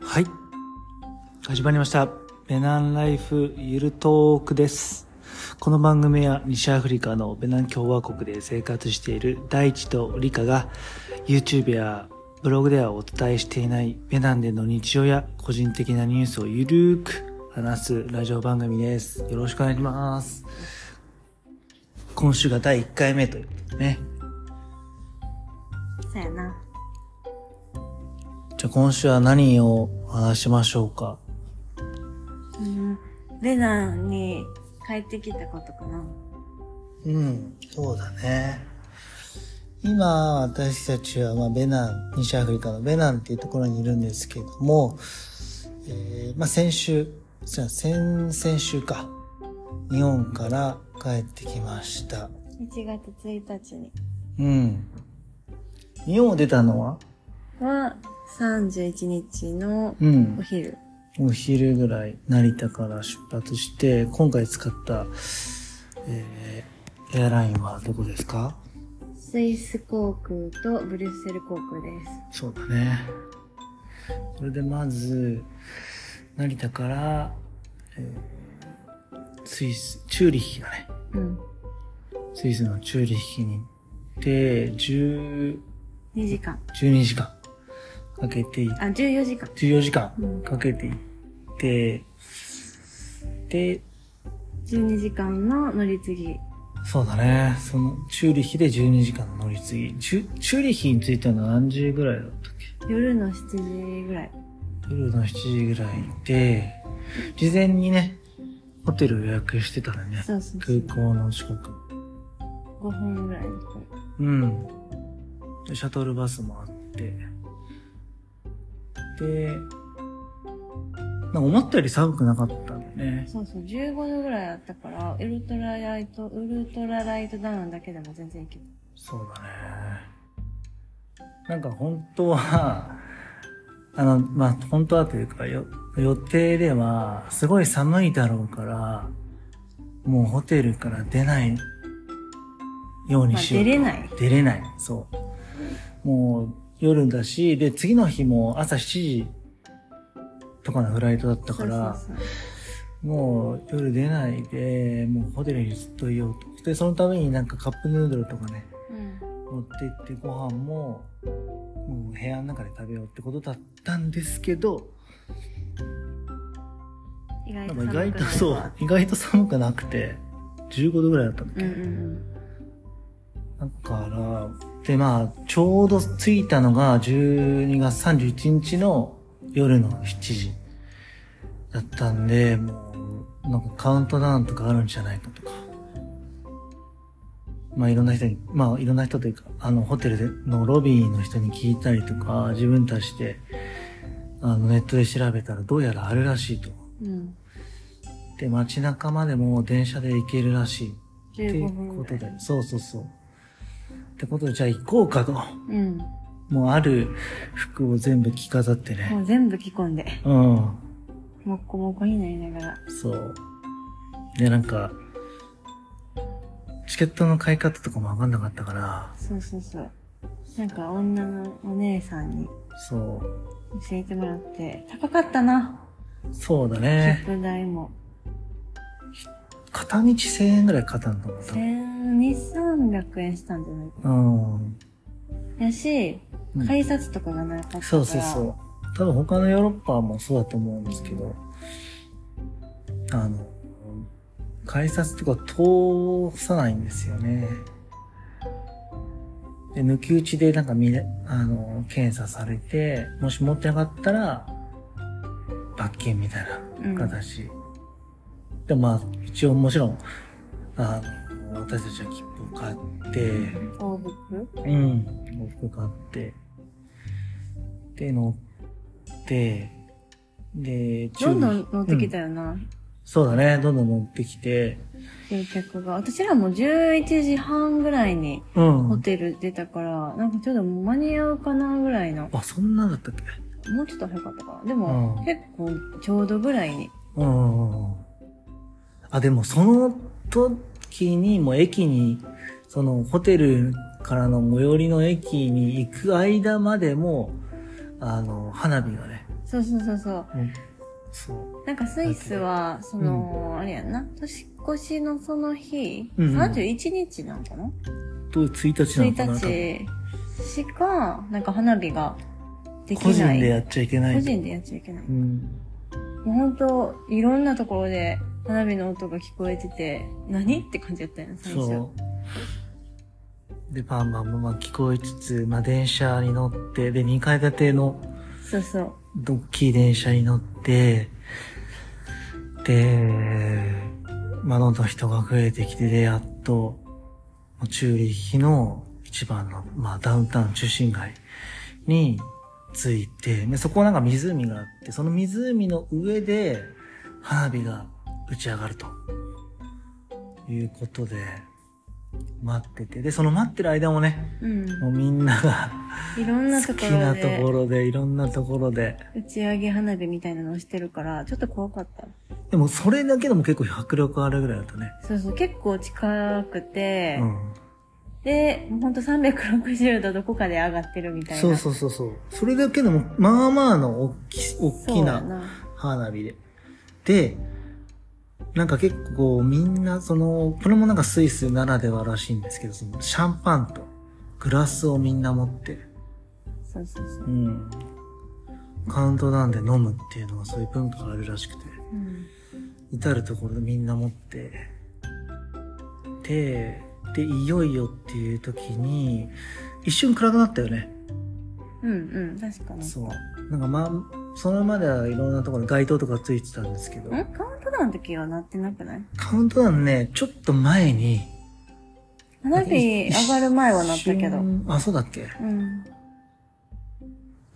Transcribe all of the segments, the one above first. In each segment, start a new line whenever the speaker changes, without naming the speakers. はい始まりましたベナンライフゆるトークですこの番組は西アフリカのベナン共和国で生活している大地とリカが YouTube やブログではお伝えしていないベナンでの日常や個人的なニュースをゆるーく話すラジオ番組ですよろしくお願いします今週が第1回目ということでね
そうやな。
じゃあ今週は何を話しましょうか
うん。ベナンに帰ってきたことかな。
うん、そうだね。今、私たちは、まあ、ベナン、西アフリカのベナンっていうところにいるんですけども、えーまあ、先週、じゃあ先、先週か。日本から帰ってきました。
1月1日に。
うん。日本を出たのは
は、31日の
う
お
ん。
昼。
お昼ぐらい、成田から出発して、今回使った、えーエアラインはどこですか
スイス航空とブリュッセル航空です。
そうだね。それでまず、成田から、えースイス、チューリッヒだね。
うん。
スイスのチューリッヒに行って、10
2時間。
12時間かけてい、
あ、14時間。
14時間
うん
かけて行って、で、
12時間の乗り継ぎ。
そうだね。その、チューリッヒで12時間の乗り継ぎ。チュチューリッヒに着いたのは何時ぐらいだったっけ
夜の7時ぐらい。
夜の7時ぐらいで、事前にね、ホテル予約してたのね。
そうそうそう
空。港の近く。
5分ぐらいに
うん。でシャトルバスもあって。で、なんか思ったより寒くなかったんだよね。
そうそう、15度ぐらいあったから、ウルトラライト、ウルトラライトダウンだけでも全然いけた。
そうだね。なんか本当は、あの、まあ、本当はというか、よ予定では、すごい寒いだろうから、もうホテルから出ないように
まあ、
しよう
出
と。
れない。
出れない。そう。もう夜だし、で、次の日も朝7時とかのフライトだったから、
そうそう
もう夜出ないで、もうホテルにずっといようと。で、そのためになんかカップヌードルとかね、
そう、うん
持って行ってご飯も、もう部屋の中で食べようってことだったんですけど、
意
な
外と
ん
寒
か意
くない
外とそう、意外と寒くなくて、15度ぐらいだったんだけ
うん
ど、
うんうん
だから、で、まあ、ちょうど着いたのが12月31日の夜の7時だったんで、もう、なんかカウントダウンとかあるんじゃないかとか。まあいろんな人に、まあいろんな人というか、あのホテルでのロビーの人に聞いたりとか、自分たちで、あのネットで調べたらどうやらあるらしいと。
うん
で、街中までも電車で行けるらしい。ってい
15分
うこ
ぐ
と
ら
で
い、
そうそうそう。ってことで、じゃあ行こうかと。
うん
もうある服を全部着飾って
も
ね。
う全部着込んで
うん。
もっこもこになりながら
そう。で、なんか、チケットの買い方とかもわかんなかったから、
そうそうそうなんか女のお姉さんに
そう。
教えてもらって高かったな
そうだ
切
ね。
符代も
片道1000円ぐらい買ったんだもん多分
1200300円したんじゃないか
うん。
なやし
うん
改札とかがなかったから
そうそうそう。多分他のヨーロッパもそうだと思うんですけど、あの、改札とか通さないんですよね。で、抜き打ちでなんかみれ、あの、検査されて、もし持ってなかったら、罰金みたいな形。で、まあ、一応もちろん、あの、私たちは切符を買って、
大袋
うん。往復買って、で、乗って、で、
どんどん乗ってき
うん
たよな、
そうだね、どんどん乗ってきて、
乗客が私らも11時半ぐらいに
う
ホ
ん。
テル出たから、なんかちょっと間に合うかなぐらいの、
あ、そんなんだったっけ
もうちょっと早かったかな。でも、
うん
結構ちょうどぐらいに。
うんうんうん。あ、でもその時にもう駅に、そのホテルからの最寄りの駅に行く間までも、あの、花火がね、
そうそうそうそう。
うん、そう
なんかスイスは、その、あれやんな、年越しのその日、
うん
31日なのかな
と1日なのかな
?1 日しか、なんか花火ができ
個人
ない。
でやっちゃいけない
個人でやっちゃいけない。
うん、
もう本当いろんなところで花火の音が聞こえてて、何って感じやったよね、最初。
そうでパンマンもまあ聞こえつつ、まあ、電車に乗ってで2階建ての
そうそう。
大きい電車に乗って、で、まあ、どんどん人が増えてきて、で、やっと、もうチューリッヒの一番の、まあ、ダウンタウン中心街に着いて、で、そこはなんか湖があって、その湖の上で花火が打ち上がると。いうことで、待ってて。で、その待ってる間もね、
うん。
もうみんなが
いろんなと
好
こ
き
ろ
なとこ
で、
ろで、いろんなところで、
打ち上げ花火みたいなのをしてるから、ちょっと怖かった。
でもそれだけでも結構迫力あるぐらいだったね。
そうそう、結構近くて、
うん。
で、ほんと360度どこかで上がってるみたいな。
そうそうそうそう。それだけでも、まあまあの大き、大
そう
き
や
な花火で。で、なんか結構みんな、その、これもなんかスイスならではらしいんですけど、そのシャンパンとグラスをみんな持って、
そうそうそう
う。ん。カウントダウンで飲むっていうのがそういう文化があるらしくて。
うん。
至る所でみんな持ってででいよいよっていう時に一瞬暗くなったよね
うんうん、確かに。
そうなんかまあそのまではいろんなところに街灯とかついてたんですけど
んカウントダウンの時はなってなくない
カウントダウンねちょっと前に
花火上がる前はなったけ
一
ど。
瞬あそうだっけ
うん。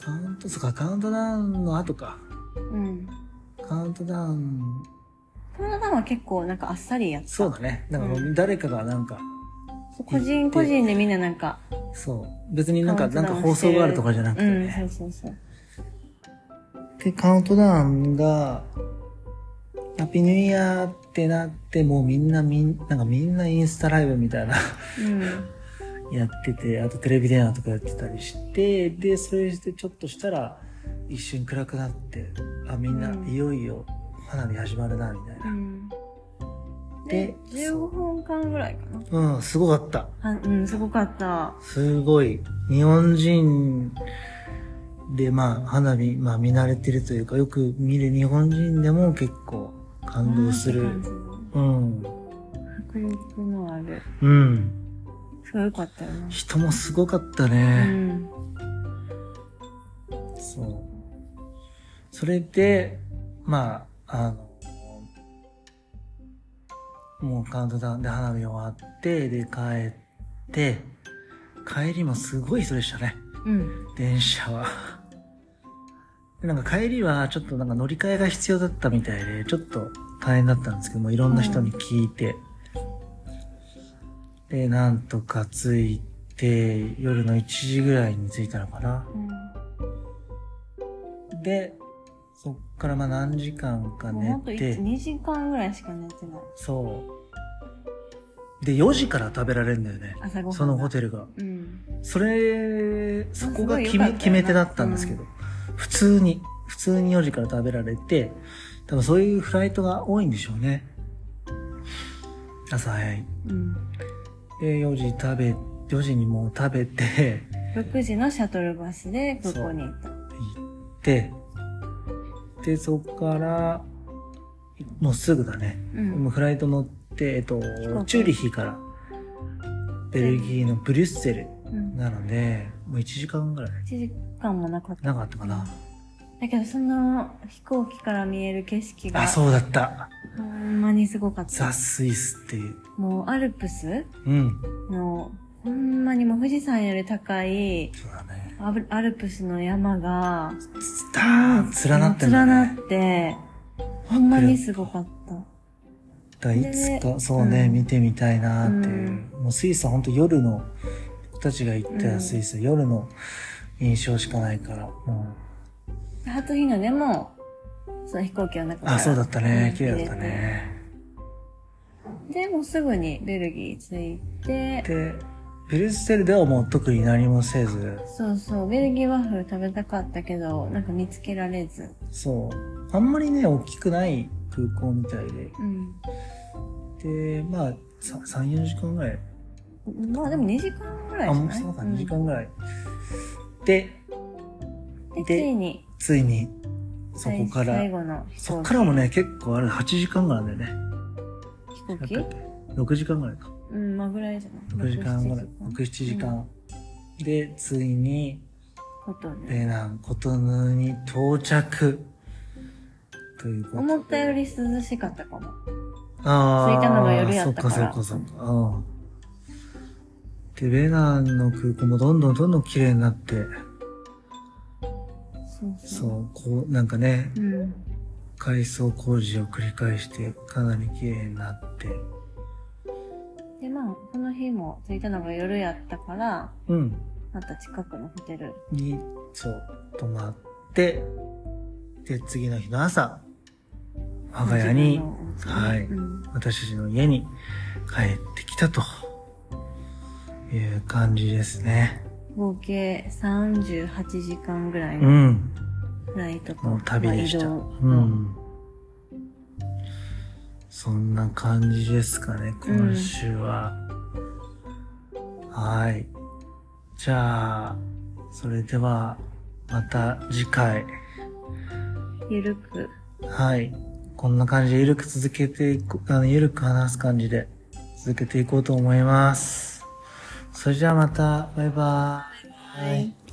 カウントそっかカウントダウンの後か
うん。
カウントダウン
カウントダウンは結構なんかあっさりやった。
そうだねなんかもう誰かがなんか、
そう個人個人でみんななんか。
そう別になんか
カ
な
ウ
ん
ント
か
ダウ
放
ン
送があるとかじゃなくてね、
うん、そうそうそう。
で、カウントダウンが、ハッピーニューイヤーってなって、もうみんなみん、なんかみんなインスタライブみたいな
うん。
やってて、あとテレビ電話とかやってたりして、で、それしてちょっとしたら、一瞬暗くなって、あ、みんな
うん
いよいよ花火始まるな、みたいうな。
ん。
で
で、15分間ぐらいかな。
うん、すごかった。
あうん、すごかった。
すごい。日本人で、まあ、花火、まあ、見慣れてるというか、よく見る日本人でも結構感動す
あーっ
る
て。
うん。
感じ迫力のある。
うん。
すごい良かったよな。
人もすごかった
う
ね。
ん。
そう。それで、まあ、あの、もうカウントダウンで花火終わって、で、帰って、帰りもすごい人でしたね。
うん。
電車は。 でなんか帰りはちょっとなんか乗り換えが必要だったみたいで、ちょっと大変だったんですけども、いろんな人に聞いて。で、なんとか着いて、夜の1時ぐらいに着いたのかな。で、そっからまあ何時間か
うん。もう
寝
あと
て、
2時間ぐらいしか寝てない。
そう。で、4時から食べられるんだよね。
朝ごはんが。
そのホテルが。
うん。
それ、そこが決
まあ
め
すごい良かったよな
決め手だったんですけど、普通に、普通に4時から食べられて、多分そういうフライトが多いんでしょうね。朝早い。
うん。
で、4時食べ、4時にもう食べて、
6時のシャトルバスで空港に行った。
行って、で、そこから、もうすぐだね。
うん
もうフライト乗って、えっと
行、機
チューリヒから、ベルギーのブリュッセル
うん。
なので、もう1時間ぐらい
1時間もなかった。
なかったかな。
だけど、その飛行機から見える景色が、
あ、そうだった。
ほんまにすごかっ
ザ・
た。
スイスっていう。
もうアルプス
うん。
の、ほんまにもう富士山より高い
そうだね。
アブアルプスの山が、
スターン連なってんだ、ね。
連なって、ほんまにすごかった。
だからいつか、そうね、
うん
見てみたいなっていう。
う
もうスイスは本当夜の、僕たちが行ったスイス、夜の印象しかないから。うん
初日の出も、その飛行機の中から。
あ、そうだったね。綺麗だった
入れ
ね。
て。で、もうすぐにベルギー着いて、
で、ベルステルではもう特に何もせず、
そうそう、ベルギーワッフル食べたかったけど、なんか見つけられず。
そう。あんまりね、大きくない空港みたい
うん。
で。で、まあ、さ3、4時間ぐらい。
まあでも2時間ぐらい
あ、
じゃ
もう
ない
そうか、
うん
2時間ぐらい。で、
で、つ
で
いに、
ついに、そこか
最
ら、
後の飛
そ
行
こ
機。
からもね、結構あれ、8時間ぐらいなんだよね。
飛行機
やっぱ6時間ぐらいか。
うん、まあぐらいじゃない
6時間ぐらい。6、
6
7時間。で、ついに、
ことね。
ベナン、コトヌーに到着。ということで。
思ったより涼しかったかも。
ああ
着いたのが夜やったから
そっかそっかそっか。うん。で、ベナンの空港もどんどんどんどん綺麗になって、
そう
そ
そう。
う、こう、なんかね、
うん。
改装工事を繰り返して、かなり綺麗になって、
で、まあ、この日も着いたのが夜やったから、
うん。
また近くのホテル。
に、そう、泊まって、で、次の日の朝、我が家に、はい
うん。
私たちの家に帰ってきたという感じですね。
合計38時間ぐらいうの
ん。
フライトと、
の旅でした。
まあ移動と
うん。そんな感じですかね、今週は。はい。じゃあ、それでは、また次回。
ゆるく。
はい。こんな感じで、ゆるく続けていく、あの、ゆるく話す感じで、続けていこうと思います。それじゃあまた、バイバイ。
はい